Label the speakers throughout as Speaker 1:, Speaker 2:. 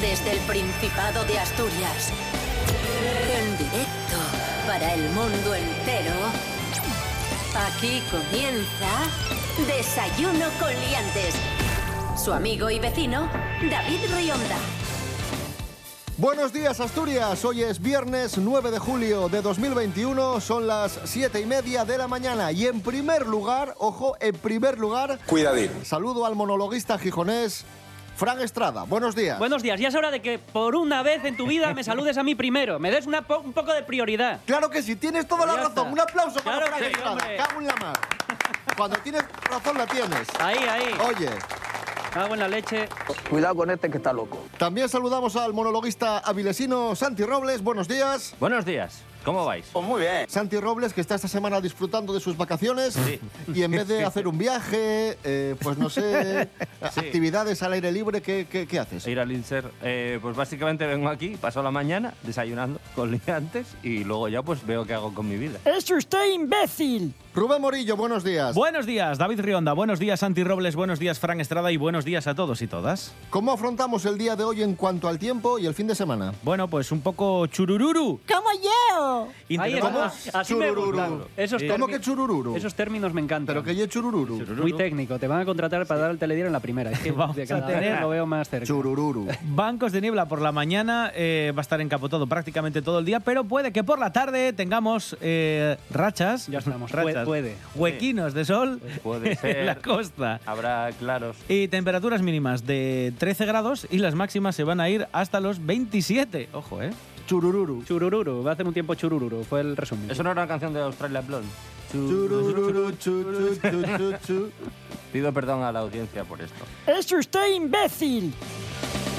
Speaker 1: Desde el Principado de Asturias. En directo para el mundo entero. Aquí comienza Desayuno con Liantes. Su amigo y vecino, David Rionda.
Speaker 2: Buenos días Asturias, hoy es viernes 9 de julio de 2021, son las 7 y media de la mañana y en primer lugar, ojo, en primer lugar,
Speaker 3: Cuidadín.
Speaker 2: saludo al monologuista gijonés Fran Estrada, buenos días.
Speaker 4: Buenos días, ya es hora de que por una vez en tu vida me saludes a mí primero, me des una po- un poco de prioridad.
Speaker 2: Claro que sí, tienes toda la
Speaker 4: Ya
Speaker 2: razón,
Speaker 4: está.
Speaker 2: un aplauso para
Speaker 4: Claro
Speaker 2: Fran
Speaker 4: que sí,
Speaker 2: Estrada,
Speaker 4: hombre.
Speaker 2: cago en la mar. Cuando tienes razón la tienes.
Speaker 4: Ahí, ahí.
Speaker 2: Oye,
Speaker 4: Hago en la leche.
Speaker 5: Cuidado con este que está loco.
Speaker 2: también saludamos al monologuista avilesino Santi Robles, buenos días.
Speaker 6: Buenos días, ¿cómo vais?
Speaker 3: Pues muy bien.
Speaker 2: Santi Robles, que está esta semana disfrutando de sus vacaciones y en vez de hacer un viaje, eh, pues no sé, actividades al aire libre, ¿qué, qué- qué haces?
Speaker 6: Ir al Linser, eh, pues básicamente vengo aquí, paso la mañana desayunando con liantes y luego ya pues veo qué hago con mi vida.
Speaker 7: ¡Es usted imbécil!
Speaker 2: Rubén Morillo, buenos días.
Speaker 8: Buenos días, David Rionda. Buenos días, Santi Robles. Buenos días, Fran Estrada. Y buenos días a todos y todas.
Speaker 2: ¿Cómo afrontamos el día de hoy en cuanto al tiempo y el fin de semana?
Speaker 8: Bueno, pues un poco churururu.
Speaker 7: ¡Como yo!
Speaker 4: Ahí
Speaker 8: Intentamos-
Speaker 4: estamos. Así me
Speaker 2: Churururu.
Speaker 4: gustan. Esos,
Speaker 2: ¿Cómo
Speaker 4: termi-
Speaker 2: que churururu?
Speaker 4: esos términos me encantan.
Speaker 2: Pero que yo churururu.
Speaker 4: Muy técnico, te van a contratar para dar el telediario en la primera. Es que
Speaker 8: Vamos
Speaker 4: de
Speaker 8: a
Speaker 4: cada
Speaker 8: tener-
Speaker 4: vez lo veo más cerca.
Speaker 2: Churururu.
Speaker 8: Bancos de niebla por la mañana. eh, va a estar encapotado prácticamente todo el día, pero puede que por la tarde tengamos eh, rachas.
Speaker 4: Ya estamos, pue-
Speaker 8: Rachas.
Speaker 4: puede.
Speaker 8: Huequinos de sol
Speaker 6: Puede
Speaker 8: en
Speaker 6: ser.
Speaker 8: la costa.
Speaker 6: Habrá claros.
Speaker 8: Y temperaturas mínimas de 13 grados y las máximas se van a ir hasta los 27. Ojo, ¿eh?
Speaker 2: Churururu.
Speaker 4: Churururu, va a hacer un tiempo churururu, fue el resumen.
Speaker 6: Eso no era una canción de Australia Blonde.
Speaker 2: Churururu, chu, chu, chu, chu, chu.
Speaker 6: Pido perdón a la audiencia por esto.
Speaker 7: ¡Es usted imbécil!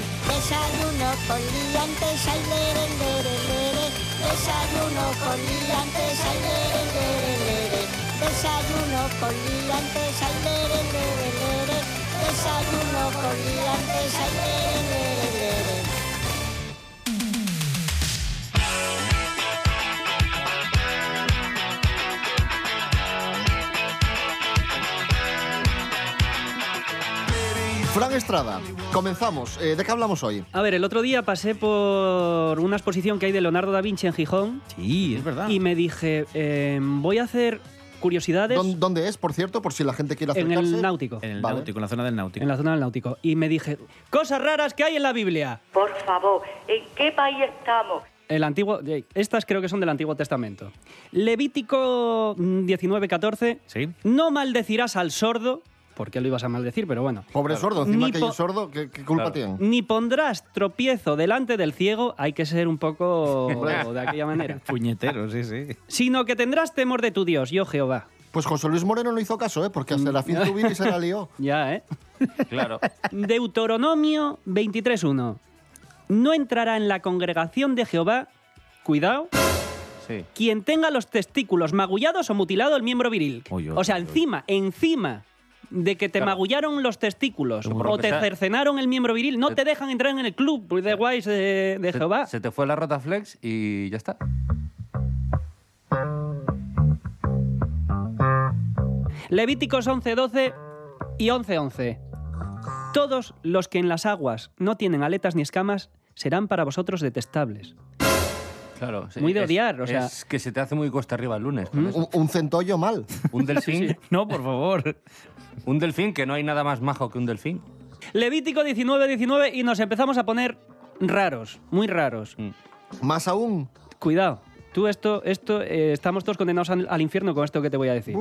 Speaker 9: Desayuno con liantes al lere, lere, lere. Desayuno con liantes al lere, lere, lere. Desayuno con liantes al lere, lere, lere. Desayuno con liantes al lere, lere, lere.
Speaker 2: Fran Estrada, comenzamos. Eh, ¿De qué hablamos hoy?
Speaker 4: A ver, el otro día pasé por una exposición que hay de Leonardo da Vinci en Gijón
Speaker 8: Sí, es
Speaker 2: Ah.
Speaker 8: verdad.
Speaker 4: y me dije, eh, voy a hacer curiosidades
Speaker 2: ¿Dón- ¿Dónde es, por cierto, por si la gente quiere
Speaker 4: en
Speaker 2: acercarse?
Speaker 4: el náutico.
Speaker 8: En el
Speaker 2: Vale.
Speaker 8: náutico, en la zona del náutico.
Speaker 4: en la zona del náutico y me dije, cosas raras que hay en la Biblia.
Speaker 10: Por favor, ¿en qué país estamos?
Speaker 4: El antiguo, estas creo que son del Antiguo Testamento. Levítico 19:14.
Speaker 8: Sí.
Speaker 4: No maldecirás al sordo, porque lo ibas a maldecir, pero bueno.
Speaker 2: Pobre sordo, encima
Speaker 4: Ni
Speaker 2: que hay
Speaker 4: po-
Speaker 2: sordo, ¿qué, qué culpa
Speaker 6: Claro.
Speaker 2: tiene?
Speaker 4: Ni pondrás tropiezo delante del ciego, hay que ser un poco de aquella manera.
Speaker 8: Puñetero, sí, sí.
Speaker 4: Sino que tendrás temor de tu Dios, yo Jehová.
Speaker 2: Pues José Luis Moreno no hizo caso, ¿eh? Porque hasta la fin y se la lió.
Speaker 4: Ya, ¿eh?
Speaker 6: Claro.
Speaker 4: Deuteronomio 23:1. No entrará en la congregación de Jehová, cuidado,
Speaker 6: Sí.
Speaker 4: quien tenga los testículos magullados o mutilado el miembro viril.
Speaker 8: Uy, uy,
Speaker 4: o sea,
Speaker 8: uy, uy.
Speaker 4: encima, encima de que te
Speaker 6: Claro.
Speaker 4: magullaron los testículos
Speaker 6: Como
Speaker 4: o
Speaker 6: que
Speaker 4: te
Speaker 6: sea-
Speaker 4: cercenaron el miembro viril, no
Speaker 6: Se-
Speaker 4: te dejan entrar en el club pues, de guays de, de
Speaker 6: Se-
Speaker 4: Jehová.
Speaker 6: Se, te fue la rota flex y ya está.
Speaker 4: Levíticos 11:12 y 11:11. Todos los que en las aguas no tienen aletas ni escamas serán para vosotros detestables.
Speaker 6: Claro. sí,
Speaker 4: Muy de
Speaker 6: es-
Speaker 4: odiar, o sea-
Speaker 6: Es que se te hace muy costa arriba el lunes. con esto.
Speaker 2: Un, un centollo mal.
Speaker 6: Un delfín.
Speaker 8: No, por favor.
Speaker 6: Un delfín, que no hay nada más majo que un delfín.
Speaker 4: Levítico 19:19 y nos empezamos a poner raros, muy raros.
Speaker 2: Más aún,
Speaker 4: Cuidado. Tú esto, esto, eh, estamos todos condenados al, al infierno con esto que te voy a decir.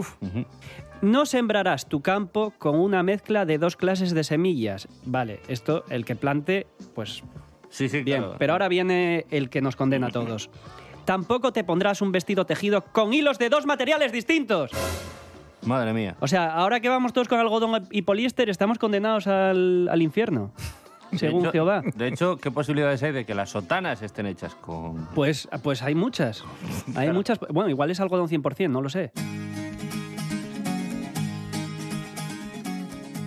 Speaker 4: No sembrarás tu campo con una mezcla de dos clases de semillas. Vale, esto, el que plante, pues
Speaker 6: Sí, sí,
Speaker 4: bien.
Speaker 6: claro.
Speaker 4: Pero ahora viene el que nos condena a todos. Tampoco te pondrás un vestido tejido con hilos de dos materiales distintos.
Speaker 6: Madre mía.
Speaker 4: O sea, ahora que vamos todos con algodón y poliéster, estamos condenados al, al infierno. Según
Speaker 6: De hecho-
Speaker 4: Jehová.
Speaker 6: De hecho, ¿qué posibilidades hay de que las sotanas estén hechas con...?
Speaker 4: Pues, pues hay muchas. Hay muchas. Bueno, igual es algodón 100%, no lo sé.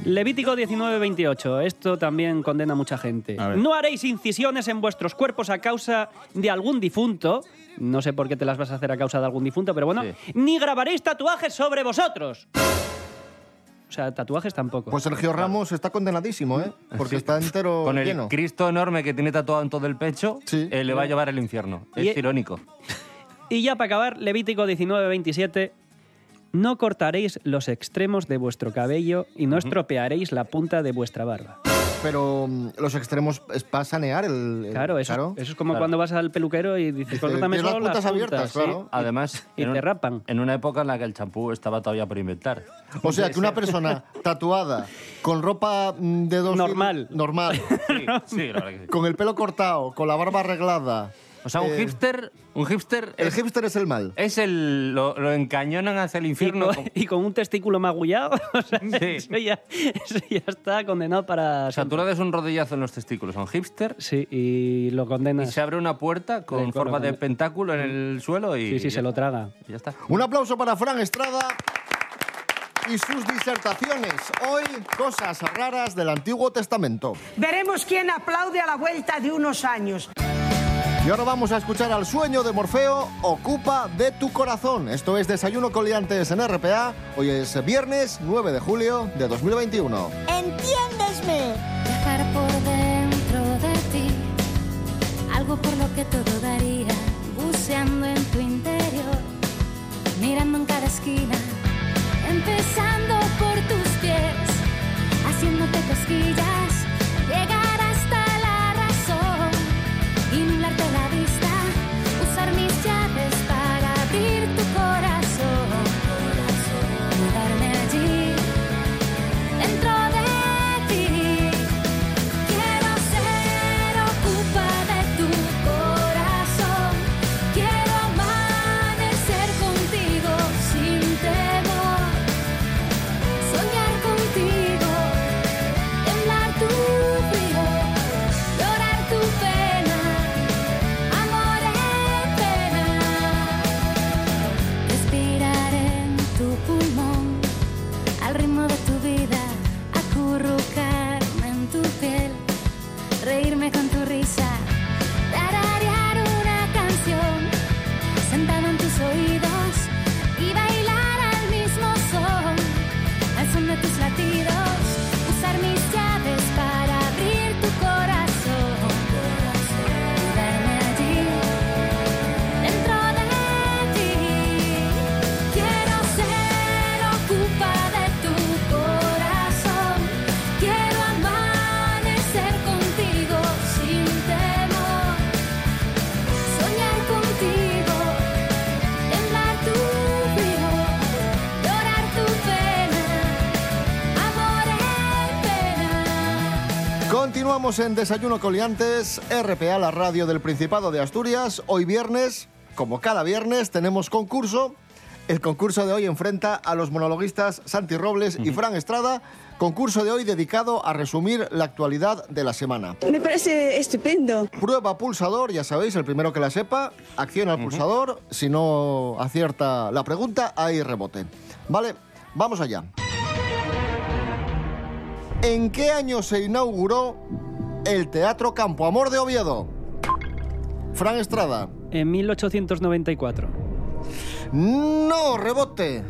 Speaker 4: Levítico 19:28. Esto también condena a mucha gente.
Speaker 8: A ver.
Speaker 4: No haréis incisiones en vuestros cuerpos a causa de algún difunto. No sé por qué te las vas a hacer a causa de algún difunto, pero bueno.
Speaker 6: Sí.
Speaker 4: Ni grabaréis tatuajes sobre vosotros. O O sea, tatuajes tampoco.
Speaker 2: Pues Sergio Ramos está condenadísimo, ¿eh? Porque
Speaker 6: Sí.
Speaker 2: está entero
Speaker 6: Con el
Speaker 2: lleno.
Speaker 6: Cristo enorme que tiene tatuado en todo el pecho,
Speaker 2: Sí.
Speaker 6: eh, le va a llevar al infierno.
Speaker 4: Y- e-
Speaker 6: Es irónico.
Speaker 4: Y ya para acabar, Levítico 19, 27. No cortaréis los extremos de vuestro cabello y no estropearéis la punta de vuestra barba.
Speaker 2: Pero mm, los extremos es para sanear el... el-
Speaker 4: Claro, eso, eso es como
Speaker 6: Claro.
Speaker 4: cuando vas al peluquero y dices,
Speaker 2: Dice,
Speaker 4: córtame
Speaker 2: "Tienes las
Speaker 4: solo las
Speaker 2: puntas abiertas",
Speaker 4: puntas", ¿sí?
Speaker 2: claro.
Speaker 6: Además,
Speaker 4: Y
Speaker 6: en
Speaker 4: te
Speaker 6: un-
Speaker 4: rapan.
Speaker 6: En una época en la que el champú estaba todavía por inventar.
Speaker 2: O sea, que una persona tatuada, con ropa mm, de dos...
Speaker 4: Normal.
Speaker 2: Normal.
Speaker 6: Sí, sí, la verdad que sí.
Speaker 2: Con el pelo cortado, con la barba arreglada.
Speaker 6: O sea, un
Speaker 2: Eh,
Speaker 6: hipster, un hipster
Speaker 2: El
Speaker 6: es, Eh.
Speaker 2: hipster es el mal.
Speaker 6: es el lo, lo encañonan hacia el
Speaker 4: Y
Speaker 6: infierno.
Speaker 4: con, y con un testículo magullado, o sea,
Speaker 6: Sí.
Speaker 4: eso, ya, eso ya está condenado para...
Speaker 6: O sea, tú le das un rodillazo en los testículos a un hipster
Speaker 4: Sí, y lo
Speaker 6: y
Speaker 4: condenas.
Speaker 6: se abre una puerta con
Speaker 4: Sí,
Speaker 6: forma
Speaker 4: claro,
Speaker 6: de
Speaker 4: con-
Speaker 6: pentáculo en el suelo y
Speaker 4: Sí, sí,
Speaker 6: ya,
Speaker 4: se lo traga.
Speaker 6: ya está.
Speaker 2: Un aplauso para Fran Estrada y sus disertaciones. Hoy, cosas raras del Antiguo Testamento.
Speaker 3: Veremos quién aplaude a la vuelta de unos años.
Speaker 2: Y ahora vamos a escuchar al sueño de Morfeo, Ocupa de tu corazón. Esto es Desayuno con Liantes en RPA. Hoy es viernes 9 de julio de 2021.
Speaker 9: entiéndesme.
Speaker 11: Dejar por dentro de ti algo por lo que todo daría, buceando en tu interior, mirando en cada esquina, empezando por tus pies, haciéndote cosquillas, llegar hasta la razón, inundarte la vista, usar mis llaves para abrir tu corazón, mudarme allí dentro de ti. Quiero ser ocupa de tu corazón. Quiero amanecer contigo sin temor. Soñar contigo, temblar tu frío, llorar tu pena, amor eterna. Respirar en tu pulmón al ritmo de tu vida, acurrucarme en tu piel, reírme con tu risa, tararear una canción, sentado en tus oídos y bailar al mismo son, al son de tus latidos, usar mis llaves para abrir tu corazón, quedarme allí dentro de ti. Quiero ser ocupa de tu corazón. Quiero amanecer contigo sin temor. Soñar contigo, temblar tu frío, llorar tu pena, amor eterna.
Speaker 2: Continuamos en Desayuno con Liantes, RPA, la radio del Principado de Asturias. Hoy viernes, como cada viernes, tenemos concurso. El concurso de hoy enfrenta a los monologuistas Santi Robles y Fran Estrada. Concurso de hoy dedicado a resumir la actualidad de la semana.
Speaker 3: Me parece estupendo.
Speaker 2: Prueba pulsador, ya sabéis, el primero que la sepa, acciona el pulsador. Si no acierta la pregunta, hay rebote. Vale, vamos allá. ¿En qué año se inauguró el Teatro Campo Amor de Oviedo? Fran Estrada.
Speaker 4: En 1894.
Speaker 2: No, rebote.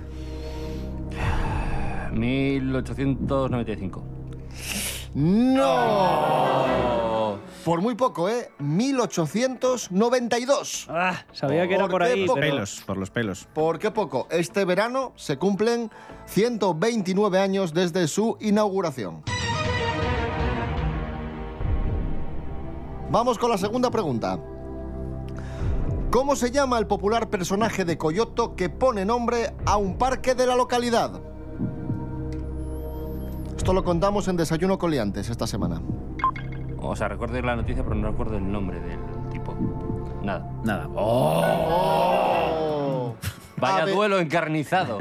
Speaker 6: 1895.
Speaker 2: No. Por muy poco, ¿eh? 1892.
Speaker 4: Ah, sabía que era por
Speaker 2: Porque
Speaker 4: ahí.
Speaker 2: poco-
Speaker 4: pero-
Speaker 8: Pelos, por los pelos.
Speaker 2: ¿Por qué poco? Este verano se cumplen 129 años desde su inauguración. Vamos con la segunda pregunta. ¿Cómo se llama el popular personaje de Coyoto que pone nombre a un parque de la localidad? Esto lo contamos en Desayuno con Liantes esta semana.
Speaker 6: O sea, recuerdo la noticia, pero no recuerdo el nombre del tipo. Nada.
Speaker 8: Nada.
Speaker 2: Oh.
Speaker 8: Ah,
Speaker 6: Vaya
Speaker 2: Abe-
Speaker 6: duelo encarnizado.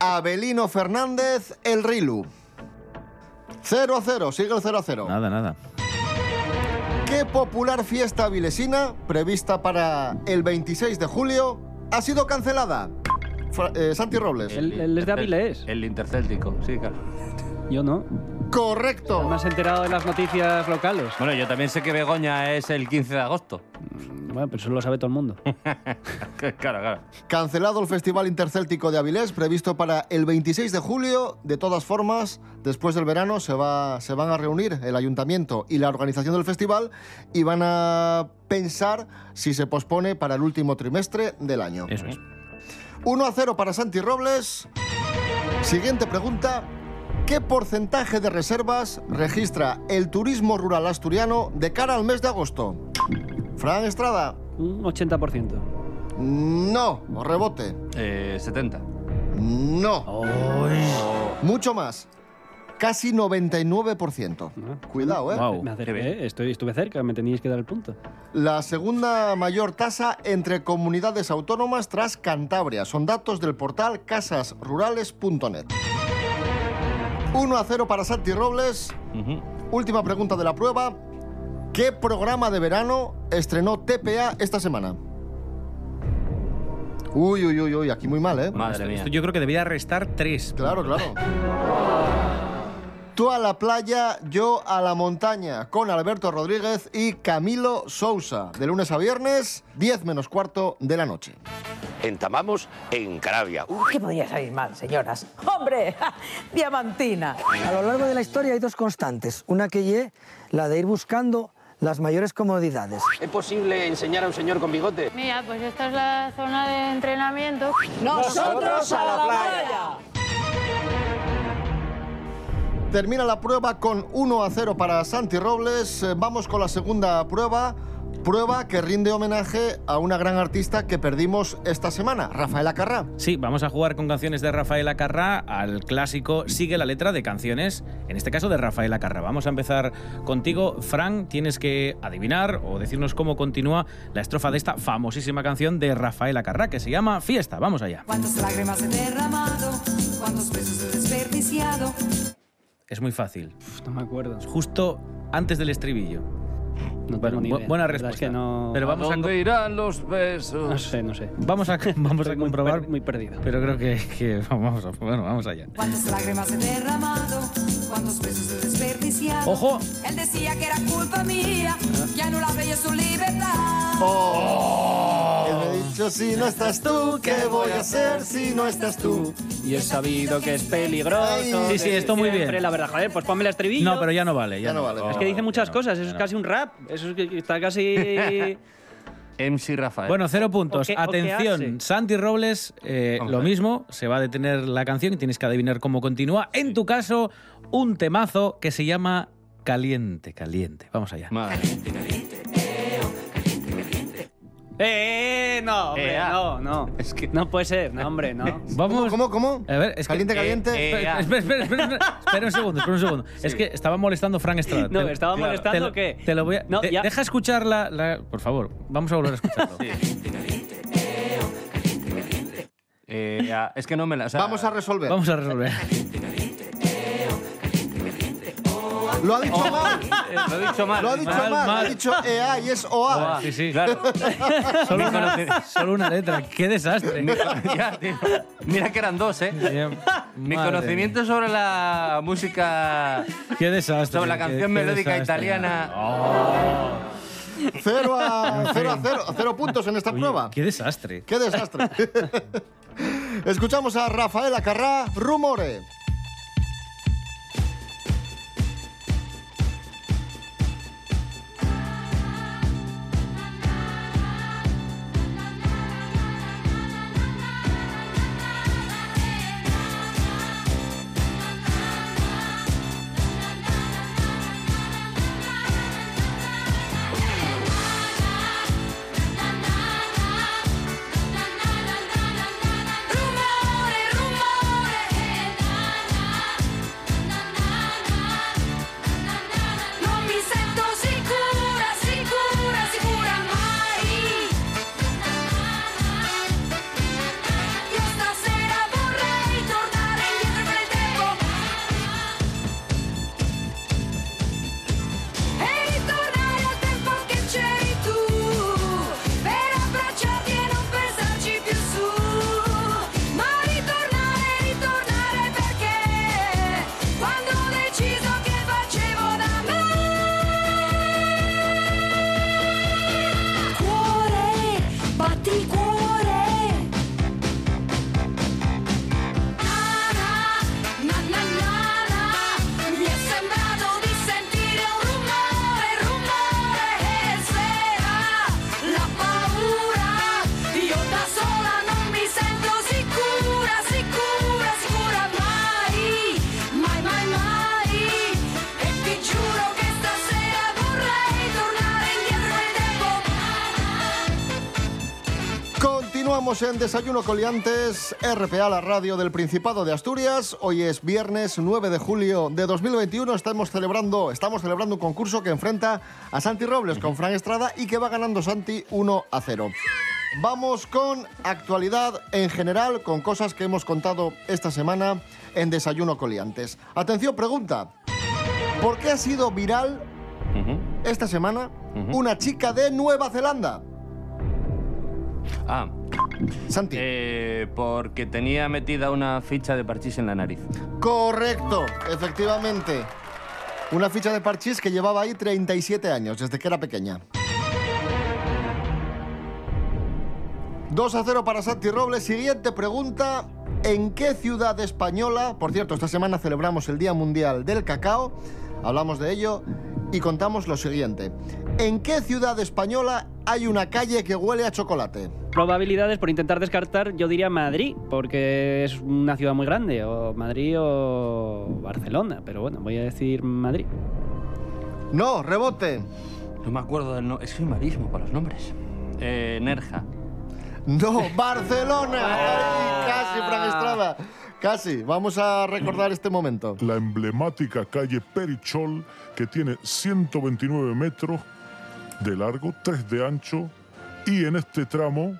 Speaker 2: Abelino Fernández, el Rilu. 0 a 0, sigue el 0 a 0.
Speaker 8: Nada, nada.
Speaker 2: ¿Qué popular fiesta vilesina, prevista para el 26 de julio, ha sido cancelada? Fra- eh, Santi Robles.
Speaker 4: El- el es de
Speaker 6: intercel-
Speaker 4: Avilés.
Speaker 6: El intercéltico, sí, claro.
Speaker 4: Yo no. No me
Speaker 2: Correcto.
Speaker 4: has enterado de las noticias locales.
Speaker 6: Bueno, yo también sé que Begoña es el 15 de agosto.
Speaker 4: Bueno, pero eso lo sabe todo el mundo.
Speaker 6: claro, claro.
Speaker 2: Cancelado el Festival Intercéltico de Avilés, previsto para el 26 de julio. De todas formas, después del verano se, va, se van a reunir el ayuntamiento y la organización del festival y van a pensar si se pospone para el último trimestre del año.
Speaker 4: Eso es.
Speaker 2: 1 a 0 para Santi Robles. Siguiente pregunta. ¿Qué porcentaje de reservas registra el turismo rural asturiano de cara al mes de agosto? Fran Estrada.
Speaker 4: Un 80%.
Speaker 2: No, rebote.
Speaker 6: Eh, 70.
Speaker 2: No. Mucho más. Casi 99%. Cuidado, ¿eh?
Speaker 4: Me acerqué, estoy, estuve cerca, me teníais que dar el punto.
Speaker 2: La segunda mayor tasa entre comunidades autónomas tras Cantabria. Son datos del portal casasrurales.net. 1 a 0 para Santi Robles. Última pregunta de la prueba. ¿Qué programa de verano estrenó TPA esta semana? Uy, uy, uy, uy, aquí muy mal, ¿eh?
Speaker 8: Esto- esto yo creo que debería restar tres.
Speaker 2: Claro, claro. Tú a la playa, yo a la montaña, con Alberto Rodríguez y Camilo Sousa, de lunes a viernes, 10 menos cuarto de la noche.
Speaker 12: Entamamos en Carabia.
Speaker 13: ¿Qué podría salir mal, señoras? ¡Hombre! ¡Diamantina!
Speaker 5: A lo largo de la historia hay dos constantes. Una que lle, la de ir buscando las mayores comodidades.
Speaker 14: ¿Es posible enseñar a un señor con bigote?
Speaker 15: Mira, pues esta es la zona de entrenamiento.
Speaker 5: ¡Nosotros a la playa!
Speaker 2: Termina la prueba con 1 a 0 para Santi Robles. Eh, Vamos con la segunda prueba. Prueba que rinde homenaje a una gran artista que perdimos esta semana, Rafaela Carrá.
Speaker 8: Sí, vamos a jugar con canciones de Rafael Acarrá al clásico Sigue la letra de canciones, en este caso de Rafael Acarrá. Vamos a empezar contigo, Frank. Tienes que adivinar o decirnos cómo continúa la estrofa de esta famosísima canción de Rafael Acarrá que se llama Fiesta. Vamos allá.
Speaker 16: ¿Cuántas lágrimas he derramado? ¿Cuántos besos he desperdiciado?
Speaker 8: Es muy fácil.
Speaker 4: No me acuerdo.
Speaker 8: Justo antes del estribillo. Bueno,
Speaker 4: ni
Speaker 8: bu-
Speaker 4: idea.
Speaker 8: Buena
Speaker 4: La verdad
Speaker 8: respuesta.
Speaker 4: es que no-
Speaker 8: Pero
Speaker 4: ¿A
Speaker 8: vamos a,
Speaker 4: dónde
Speaker 8: co-
Speaker 6: Irán los besos.
Speaker 4: No sé, no sé.
Speaker 8: vamos a, vamos a comprobar. Muy,
Speaker 4: perdido.
Speaker 8: Pero creo que, que vamos, a- bueno, vamos allá.
Speaker 16: ¿Cuántas lágrimas he derramado? ¿Cuántos besos he desperdiciado?
Speaker 8: ¡Ojo!
Speaker 16: Él decía que era culpa mía, que anulaba yo su libertad.
Speaker 2: Él me ha dicho, si no estás tú, ¿qué voy a hacer si no estás tú?
Speaker 4: Y he sabido que es peligroso.
Speaker 8: Sí, sí,
Speaker 4: que
Speaker 8: esto muy bien.
Speaker 4: siempre La verdad, joder, pues ponme el estribillo.
Speaker 8: No, pero ya no vale. Ya,
Speaker 2: Ya no vale.
Speaker 4: Es que dice muchas cosas, eso es casi un rap. Eso es que está casi. Eh,
Speaker 6: MC Rafael.
Speaker 8: Ah, Bueno, cero puntos.
Speaker 4: O que- o que
Speaker 8: Atención,
Speaker 4: hace.
Speaker 8: Santi Robles, eh,
Speaker 6: Vamos
Speaker 8: lo
Speaker 6: a ver.
Speaker 8: mismo, se va a detener la canción y tienes que adivinar cómo continúa. En tu caso, un temazo que se llama Caliente, Caliente. Vamos allá.
Speaker 4: ¡Eh, eh, no, hombre,
Speaker 8: Eh, ah.
Speaker 4: no, no. No puede ser, no, hombre, no.
Speaker 8: Vamos.
Speaker 2: ¿Cómo, cómo?
Speaker 8: A ver, es que-
Speaker 2: Caliente, caliente.
Speaker 4: Eh, eh,
Speaker 8: Espera,
Speaker 4: ah.
Speaker 8: espera, espera, espera, espera, espera un segundo, espera un segundo. Es que estaba molestando Frank Estrada.
Speaker 4: No,
Speaker 8: Te-
Speaker 4: ¿estaba
Speaker 8: te-
Speaker 4: molestando
Speaker 8: te lo-
Speaker 4: o qué?
Speaker 8: Te lo voy a...
Speaker 4: No,
Speaker 8: de-
Speaker 4: ya.
Speaker 8: Deja escuchar la, la- Por favor, vamos a volver a escucharlo.
Speaker 6: Eh, ah, es que no me la sabe.
Speaker 2: Vamos a resolver.
Speaker 8: Vamos a resolver.
Speaker 2: Lo ha
Speaker 8: Oh.
Speaker 2: dicho mal.
Speaker 6: Lo he dicho mal.
Speaker 2: Lo ha dicho mal. Ha dicho EA y es OA.
Speaker 8: Sí, sí.
Speaker 6: Claro.
Speaker 8: Solo una, solo una letra. ¡Qué desastre!
Speaker 6: Mi- ya, tío. Mira que eran dos, ¿eh? Mi
Speaker 8: Madre
Speaker 6: conocimiento sobre la música,
Speaker 8: ¡Qué desastre!
Speaker 6: sobre la
Speaker 8: qué-
Speaker 6: canción
Speaker 8: qué
Speaker 6: melódica
Speaker 8: desastre.
Speaker 6: italiana.
Speaker 2: Cero a cero, a cero, cero puntos en esta prueba.
Speaker 8: ¡Qué desastre!
Speaker 2: ¡Qué desastre! Escuchamos a Rafael Acarrá, Rumore.
Speaker 11: Rumore, rumore, na,
Speaker 2: Continuamos en Desayuno Coliantes, RPA, la radio del Principado de Asturias. Hoy es viernes 9 de julio de 2021. Estamos celebrando, estamos celebrando un concurso que enfrenta a Santi Robles con Fran Estrada y que va ganando Santi 1 a 0. Vamos con actualidad en general, con cosas que hemos contado esta semana en Desayuno Coliantes. Atención, pregunta. ¿Por qué ha sido viral esta semana una chica de Nueva Zelanda?
Speaker 6: Ah.
Speaker 2: Santi.
Speaker 6: Eh, porque tenía metida una ficha de parchís en la nariz.
Speaker 2: Correcto, efectivamente. Una ficha de parchís que llevaba ahí 37 años, desde que era pequeña. 2 a 0 para Santi Robles. Siguiente pregunta. ¿En qué ciudad española, por cierto, esta semana celebramos el Día Mundial del Cacao, hablamos de ello y contamos lo siguiente. ¿En qué ciudad española hay una calle que huele a chocolate?
Speaker 4: Probabilidades por intentar descartar, yo diría Madrid, porque es una ciudad muy grande, o Madrid o Barcelona, pero bueno, voy a decir Madrid.
Speaker 2: No, rebote.
Speaker 6: No me acuerdo del nombre. Es que soy malísimo para los nombres. Eh, Nerja.
Speaker 2: No, Barcelona. Ay, casi, Fran Estrada. Casi. Vamos a recordar este momento.
Speaker 17: La emblemática calle Perichol, que tiene 129 metros de largo, 3 de ancho, y en este tramo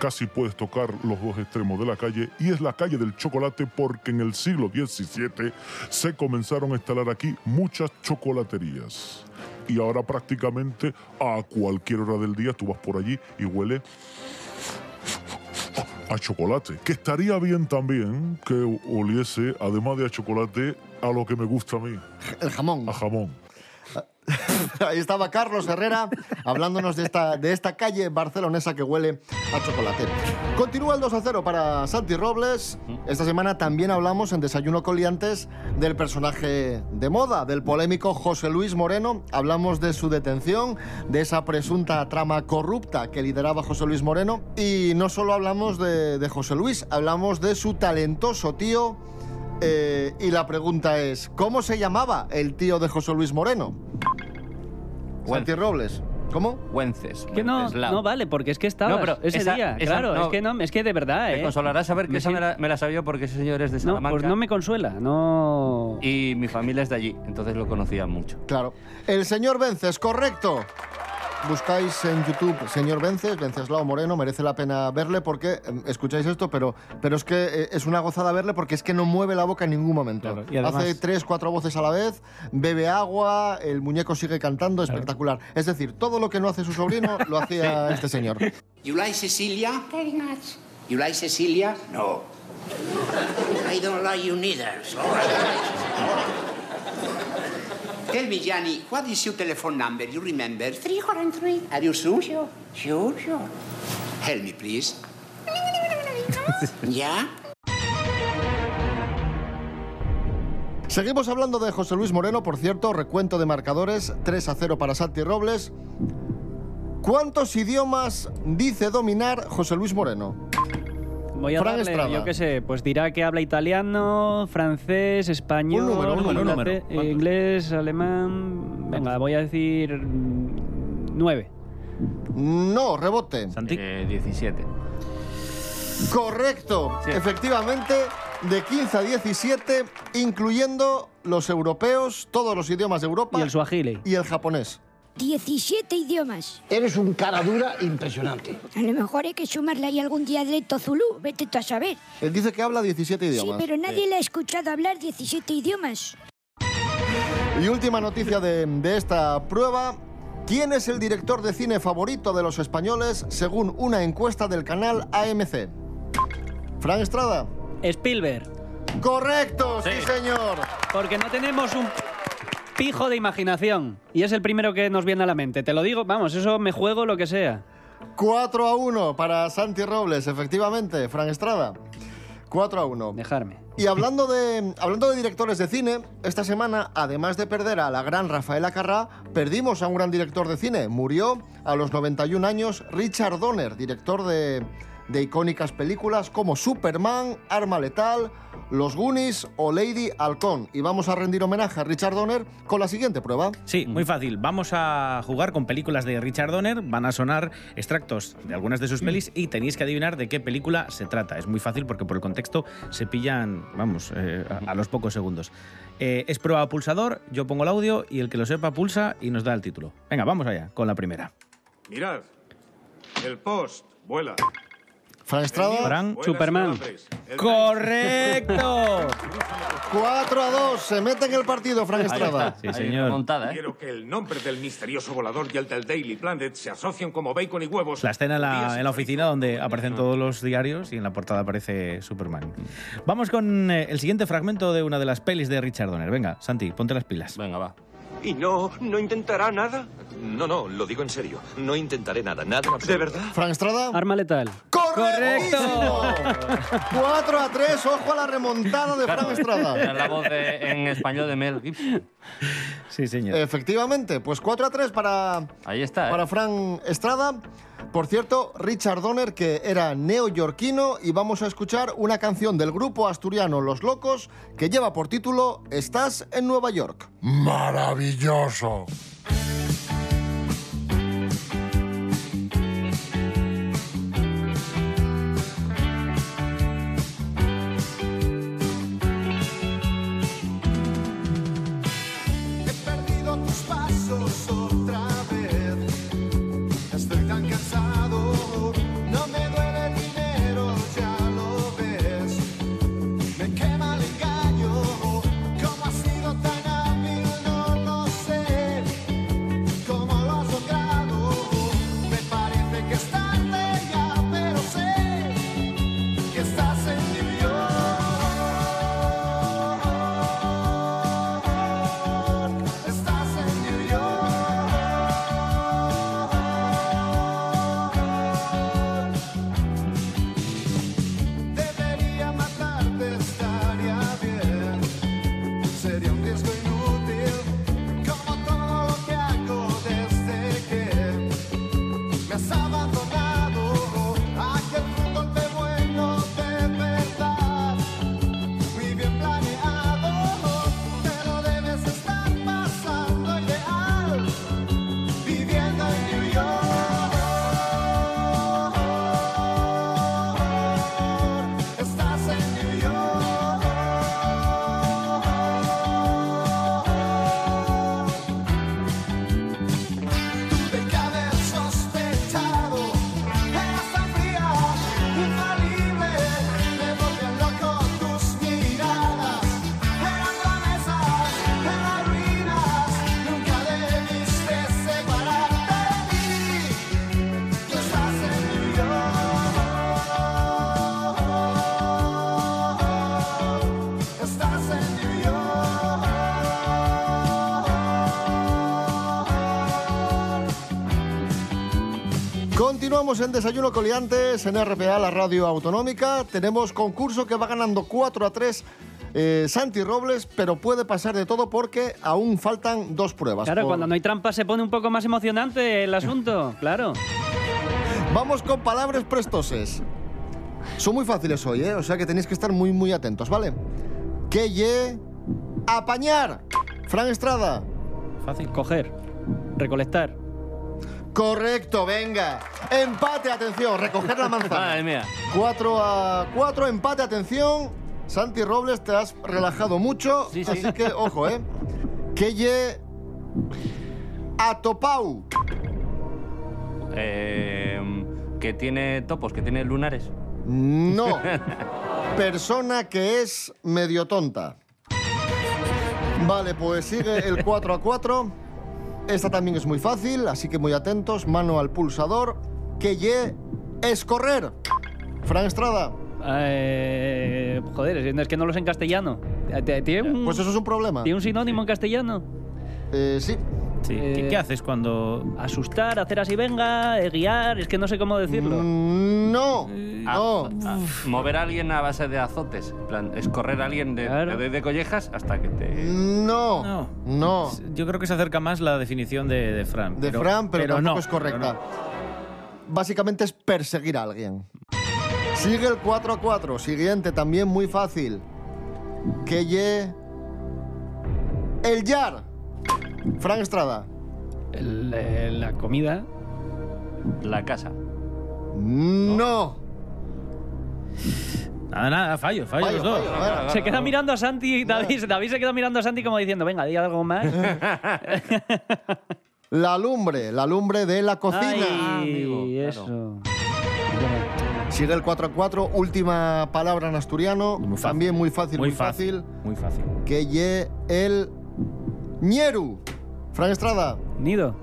Speaker 17: casi puedes tocar los dos extremos de la calle, y es la calle del chocolate porque en el siglo XVII se comenzaron a instalar aquí muchas chocolaterías. Y ahora prácticamente a cualquier hora del día tú vas por allí y huele a chocolate. Que estaría bien también que oliese, además de a chocolate, a lo que me gusta a mí.
Speaker 2: El jamón.
Speaker 17: A jamón.
Speaker 2: Ahí estaba Carlos Herrera hablándonos de esta, de esta calle barcelonesa que huele a chocolate. Continúa el 2 a 0 para Santi Robles. Esta semana también hablamos en Desayuno Coliantes del personaje de moda, del polémico José Luis Moreno. Hablamos de su detención, de esa presunta trama corrupta que lideraba José Luis Moreno. Y no solo hablamos de, de José Luis, hablamos de su talentoso tío. Eh, y la pregunta es, ¿cómo se llamaba el tío de José Luis Moreno? Santi Robles. ¿Cómo?
Speaker 6: Wences.
Speaker 4: Que no,
Speaker 6: Wenceslao.
Speaker 4: no vale, porque es que estabas
Speaker 6: No, pero
Speaker 4: ese
Speaker 6: esa-
Speaker 4: día,
Speaker 6: esa
Speaker 4: claro,
Speaker 6: no.
Speaker 4: es que no, es que de verdad,
Speaker 6: Me
Speaker 4: eh.
Speaker 6: consolará saber que
Speaker 4: Me
Speaker 6: esa me
Speaker 4: sien-
Speaker 6: la, me la sabía porque ese señor es de
Speaker 4: No,
Speaker 6: Salamanca.
Speaker 4: pues no me consuela, no...
Speaker 6: Y mi familia es de allí, entonces lo conocía mucho.
Speaker 2: Claro. El señor Vences, correcto. Buscáis en YouTube señor Vences, Venceslao Moreno, merece la pena verle porque eh, escucháis esto, pero, pero es que eh, es una gozada verle porque es que no mueve la boca en ningún momento.
Speaker 4: y además-
Speaker 2: Hace tres, cuatro voces a la vez, bebe agua, el muñeco sigue cantando, espectacular. Es decir, todo lo que no hace su sobrino lo hacía este señor.
Speaker 18: You like Cecilia? Very much. You like Cecilia? No. I don't like you neither. So. Tell me, Gianni, what is your telephone number? You remember? 343. Are you sure? Sure. Sure, sure. Help me, please. yeah?
Speaker 2: Seguimos hablando de José Luis Moreno, por cierto, recuento de marcadores, 3 a 0 para Santi Robles. ¿Cuántos idiomas dice dominar José Luis Moreno?
Speaker 4: Voy a
Speaker 2: Fran
Speaker 4: darle,
Speaker 2: Estrada.
Speaker 4: yo qué sé, pues dirá que habla italiano, francés, español,
Speaker 2: Un número, un número, un
Speaker 4: inglaté- inglés, alemán... Venga, voy a decir... mm, Nueve.
Speaker 2: No, rebote.
Speaker 8: Santi.
Speaker 6: Eh, 17.
Speaker 2: Correcto, efectivamente, de 15 a 17, incluyendo los europeos, todos los idiomas de Europa. Y el
Speaker 4: suajili.
Speaker 2: Y el japonés.
Speaker 19: 17 idiomas.
Speaker 2: Eres un cara dura impresionante.
Speaker 19: A lo mejor hay que sumarle ahí algún dialecto zulú, vete tú a saber.
Speaker 2: Él dice que habla 17
Speaker 19: Sí,
Speaker 2: idiomas. Eh.
Speaker 19: pero nadie le ha escuchado hablar 17 idiomas.
Speaker 2: Y última noticia de, de esta prueba. ¿Quién es el director de cine favorito de los españoles según una encuesta del canal AMC? Fran Estrada.
Speaker 4: Spielberg.
Speaker 2: Correcto, sí, señor.
Speaker 4: Porque no tenemos un pijo de imaginación. Y es el primero que nos viene a la mente. Te lo digo, vamos, eso me juego lo que sea.
Speaker 2: 4 a 1 para Santi Robles, efectivamente, Fran Estrada. 4 a 1.
Speaker 4: Dejarme.
Speaker 2: Y hablando de, hablando de directores de cine, esta semana, además de perder a la gran Rafaela Carrá, perdimos a un gran director de cine. Murió a los 91 años Richard Donner, director de, de icónicas películas como Superman, Arma Letal, Los Goonies o Lady Halcón. Y vamos a rendir homenaje a Richard Donner con la siguiente prueba.
Speaker 8: Sí,
Speaker 6: Mm.
Speaker 8: muy fácil. Vamos a jugar con películas de Richard Donner, van a sonar extractos de algunas de
Speaker 6: Mm.
Speaker 8: sus pelis y tenéis que adivinar de qué película se trata. Es muy fácil porque por el contexto se pillan, vamos, eh, a, a los pocos segundos. Eh, es prueba a pulsador, yo pongo el audio y el que lo sepa pulsa y nos da el título. Venga, vamos allá con la primera.
Speaker 20: Mirad, el post vuela.
Speaker 2: Fran Estrada.
Speaker 4: Fran, Superman.
Speaker 8: ¡Correcto!
Speaker 2: 4 a 2, se mete en el partido Fran Estrada.
Speaker 8: Sí, señor.
Speaker 6: ¿eh?
Speaker 20: Quiero que el nombre del misterioso volador y el del Daily Planet se asocien como bacon y huevos.
Speaker 8: La escena en la, en la oficina donde aparecen todos los diarios y en la portada aparece Superman. Vamos con eh, el siguiente fragmento de una de las pelis de Richard Donner. Venga, Santi, ponte las pilas.
Speaker 21: Venga, va.
Speaker 20: ¿Y no, no intentará nada?
Speaker 21: No, no, lo digo en serio. No intentaré nada, nada. en
Speaker 20: ¿De
Speaker 21: absoluto.
Speaker 20: verdad?
Speaker 2: Fran Estrada.
Speaker 4: Arma letal.
Speaker 2: ¡Correcto! 4 a 3, ojo a la remontada de Fran Estrada.
Speaker 6: Es la voz de- en español de Mel Gibson.
Speaker 8: Sí, señor.
Speaker 2: Eh, Efectivamente, pues 4 a 3 para,
Speaker 6: Ahí está. ¿eh?
Speaker 2: para Fran Estrada. Por cierto, Richard Donner, que era neoyorquino, y vamos a escuchar una canción del grupo asturiano Los Locos que lleva por título Estás en Nueva York.
Speaker 17: Maravilloso.
Speaker 16: He perdido tus pasos otra vez. Estoy tan cansado. No me duele el dinero, ya lo ves. Me quema el engaño. ¿Cómo has sido tan hábil? No lo sé. ¿Cómo lo has logrado? Me parece que es tarde ya, pero sé que estás en mi Estás en New York. Debería matarte, estaría bien. Sería un riesgo inútil, como todo lo que hago desde que me has abandonado. Aquel fue un golpe bueno de verdad, muy bien planeado. Pero debes estar pasando ideal, viviendo en New York. Estás en New York. Tú te haber sospechado, eras tan fría, infalible. Me volvían loco tus miradas. Eran promesas, eran ruinas, nunca debiste separarte de mí. Tú estás en New York, estás en New York.
Speaker 2: Continuamos en Desayuno Coliantes en RPA, la radio autonómica. Tenemos concurso que va ganando 4 a 3 eh, Santi Robles, pero puede pasar de todo porque aún faltan dos pruebas.
Speaker 4: Claro,
Speaker 2: Por-
Speaker 4: cuando no hay trampa se pone un poco más emocionante el asunto, claro.
Speaker 2: Vamos con palabras prestoses. Son muy fáciles hoy, ¿eh? O sea que tenéis que estar muy, muy atentos, ¿vale? Que ye... Apañar. Fran Estrada.
Speaker 8: Fácil.
Speaker 4: Coger, recolectar.
Speaker 2: Correcto, venga. Empate, atención. Recoger la manzana.
Speaker 6: Madre mía.
Speaker 2: 4 a 4, empate, atención. Santi Robles, te has relajado mucho,
Speaker 6: Sí, sí.
Speaker 2: así que ojo, ¿eh? Que ye... Atopau.
Speaker 6: Eh, que tiene topos, que tiene lunares.
Speaker 2: No. Persona que es medio tonta. Vale, pues sigue el 4 a 4. Esta también es muy fácil, así que muy atentos. Mano al pulsador. Que ye es correr. Fran Estrada.
Speaker 4: Eh, joder, es que no lo sé en castellano. Eh, ¿Tiene un,
Speaker 2: Pues eso es un problema.
Speaker 4: ¿tiene un sinónimo en castellano?
Speaker 2: Eh, sí.
Speaker 8: Sí. ¿Qué,
Speaker 4: Eh,
Speaker 8: qué haces cuando.?
Speaker 4: Asustar, hacer así venga, eh, guiar, es que no sé cómo decirlo.
Speaker 2: Mm, No.
Speaker 6: A-
Speaker 2: No.
Speaker 6: a- mover a alguien a base de azotes. En plan, es correr a alguien de,
Speaker 4: Claro.
Speaker 6: de, de collejas hasta que te.
Speaker 2: No.
Speaker 8: No.
Speaker 2: No.
Speaker 8: Yo creo que se acerca más la definición de, de Fran.
Speaker 2: De Fran, pero, tampoco
Speaker 8: no,
Speaker 2: es correcta.
Speaker 8: pero
Speaker 2: Básicamente es perseguir a alguien. Sigue el 4-4. Siguiente, también muy fácil. Que ye. El Yar. Frank Estrada.
Speaker 4: El, eh, la comida.
Speaker 6: La casa.
Speaker 2: No.
Speaker 8: Nada, nada, fallo, fallo,
Speaker 4: Fallo,
Speaker 8: los dos.
Speaker 4: fallo, a ver, a ver, Se queda mirando a Santi, David, David se queda mirando a Santi como diciendo, venga, di algo más.
Speaker 2: La lumbre. La lumbre de la cocina.
Speaker 4: Ay, eso.
Speaker 2: Sigue el 4-4. Última palabra en asturiano. también muy fácil, muy,
Speaker 8: Muy fácil. Muy fácil.
Speaker 2: fácil. Que ye el. Ñeru. Frank Estrada.
Speaker 4: Nido.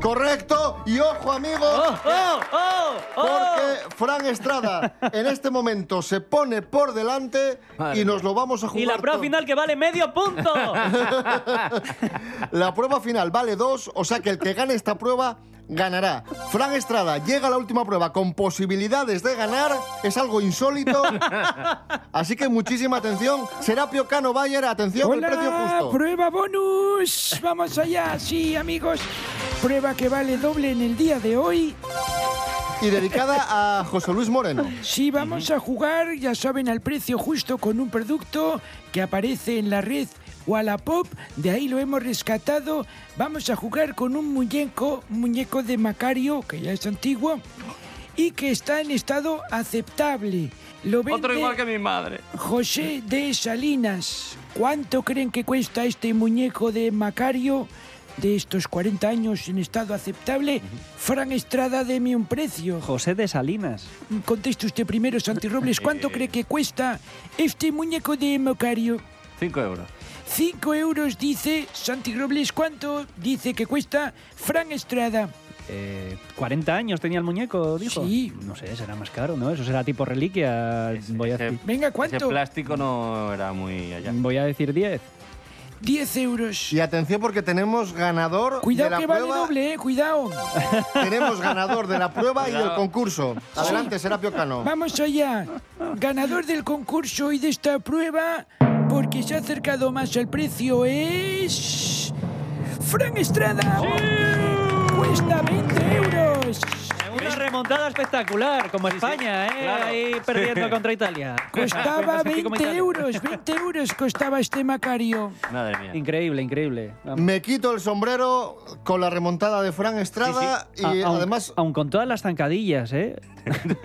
Speaker 2: Correcto. Y ojo, amigos.
Speaker 4: Oh,
Speaker 2: Porque Fran Estrada en este momento se pone por delante y nos lo vamos a jugar.
Speaker 4: Y la prueba
Speaker 2: todo.
Speaker 4: final que vale medio punto.
Speaker 2: La prueba final vale dos, o sea que el que gane esta prueba ganará. Fran Estrada llega a la última prueba con posibilidades de ganar, es algo insólito. Así que muchísima atención. Serapio Cano Bayer, atención, el precio
Speaker 7: Hola,
Speaker 2: justo.
Speaker 7: prueba bonus. Vamos allá, sí, amigos. Prueba que vale doble en el día de hoy.
Speaker 2: Y dedicada a José Luis Moreno.
Speaker 7: Sí, vamos a jugar, ya saben, al precio justo con un producto que aparece en la red Wallapop. De ahí lo hemos rescatado. Vamos a jugar con un muñeco, muñeco de Macario, que ya es antiguo, y que está en estado aceptable. Lo
Speaker 6: Otro
Speaker 7: vende-
Speaker 6: igual que mi madre.
Speaker 7: José de Salinas, ¿cuánto creen que cuesta este muñeco de Macario de estos 40 años en estado aceptable? Fran Estrada, deme un precio.
Speaker 4: José de Salinas.
Speaker 7: Conteste usted primero, Santi Robles, ¿cuánto cree que cuesta este muñeco de Macario?
Speaker 6: 5 euros.
Speaker 7: 5 euros dice Santi Robles, ¿cuánto dice que cuesta Fran Estrada?
Speaker 4: Eh, 40 años tenía el muñeco, dijo.
Speaker 7: Sí.
Speaker 4: No sé, será más caro, ¿no? Eso será tipo reliquia. voy, a decir,
Speaker 7: Venga,
Speaker 6: Ese
Speaker 7: ¿cuánto?
Speaker 6: plástico no era muy allá.
Speaker 4: voy a decir 10.
Speaker 7: 10 euros.
Speaker 2: Y atención porque tenemos ganador de
Speaker 7: Cuidado
Speaker 2: la
Speaker 7: que vale
Speaker 2: prueba.
Speaker 7: doble, eh, cuidado.
Speaker 2: Tenemos ganador de la prueba y del
Speaker 7: Cuidado.
Speaker 2: concurso. Adelante, Serapio Cano.
Speaker 7: Vamos allá. Ganador del concurso y de esta prueba, porque se ha acercado más al precio, es. Fran Estrada. Cuesta 20 euros.
Speaker 4: Una remontada espectacular, como España, ¿eh?
Speaker 7: claro.
Speaker 4: Ahí perdiendo contra Italia.
Speaker 7: Costaba
Speaker 4: Así
Speaker 7: 20
Speaker 4: como Italia.
Speaker 7: euros, 20 euros costaba este Macario.
Speaker 6: Madre mía.
Speaker 4: Increíble, increíble. Vamos.
Speaker 2: Me quito el sombrero con la remontada de Fran Estrada y
Speaker 7: Ah,
Speaker 4: A- aun-
Speaker 2: además,
Speaker 4: Aun con todas las zancadillas, ¿eh?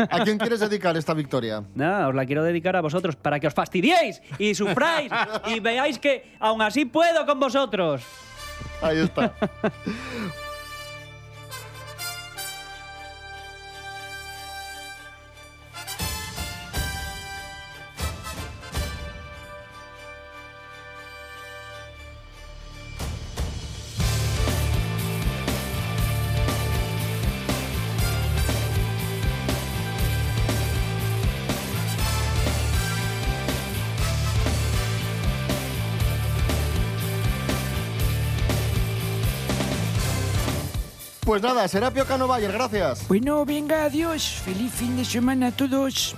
Speaker 2: ¿a quién quieres dedicar esta victoria?
Speaker 4: Nada, os la quiero dedicar a vosotros para que os fastidiéis y sufráis y veáis que aún así puedo con vosotros.
Speaker 2: Ahí está. Pues nada, Serapio Cano Bayer, gracias.
Speaker 7: Bueno, venga, adiós. Feliz fin de semana a todos.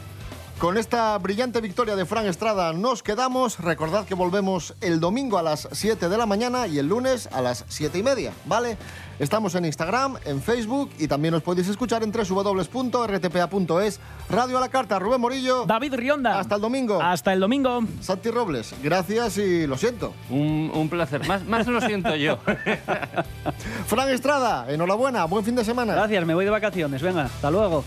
Speaker 2: Con esta brillante victoria de Fran Estrada nos quedamos. Recordad que volvemos el domingo a las 7 de la mañana y el lunes a las 7 y media, ¿vale? Estamos en Instagram, en Facebook y también os podéis escuchar en www.rtpa.es. Radio a la carta, Rubén Morillo.
Speaker 4: David Rionda.
Speaker 2: Hasta el domingo.
Speaker 4: Hasta el domingo.
Speaker 2: Santi Robles, gracias y lo siento.
Speaker 6: Un, un placer. Más, más lo siento yo.
Speaker 2: Fran Estrada, enhorabuena, buen fin de semana.
Speaker 4: Gracias, me voy de vacaciones. Venga, hasta luego.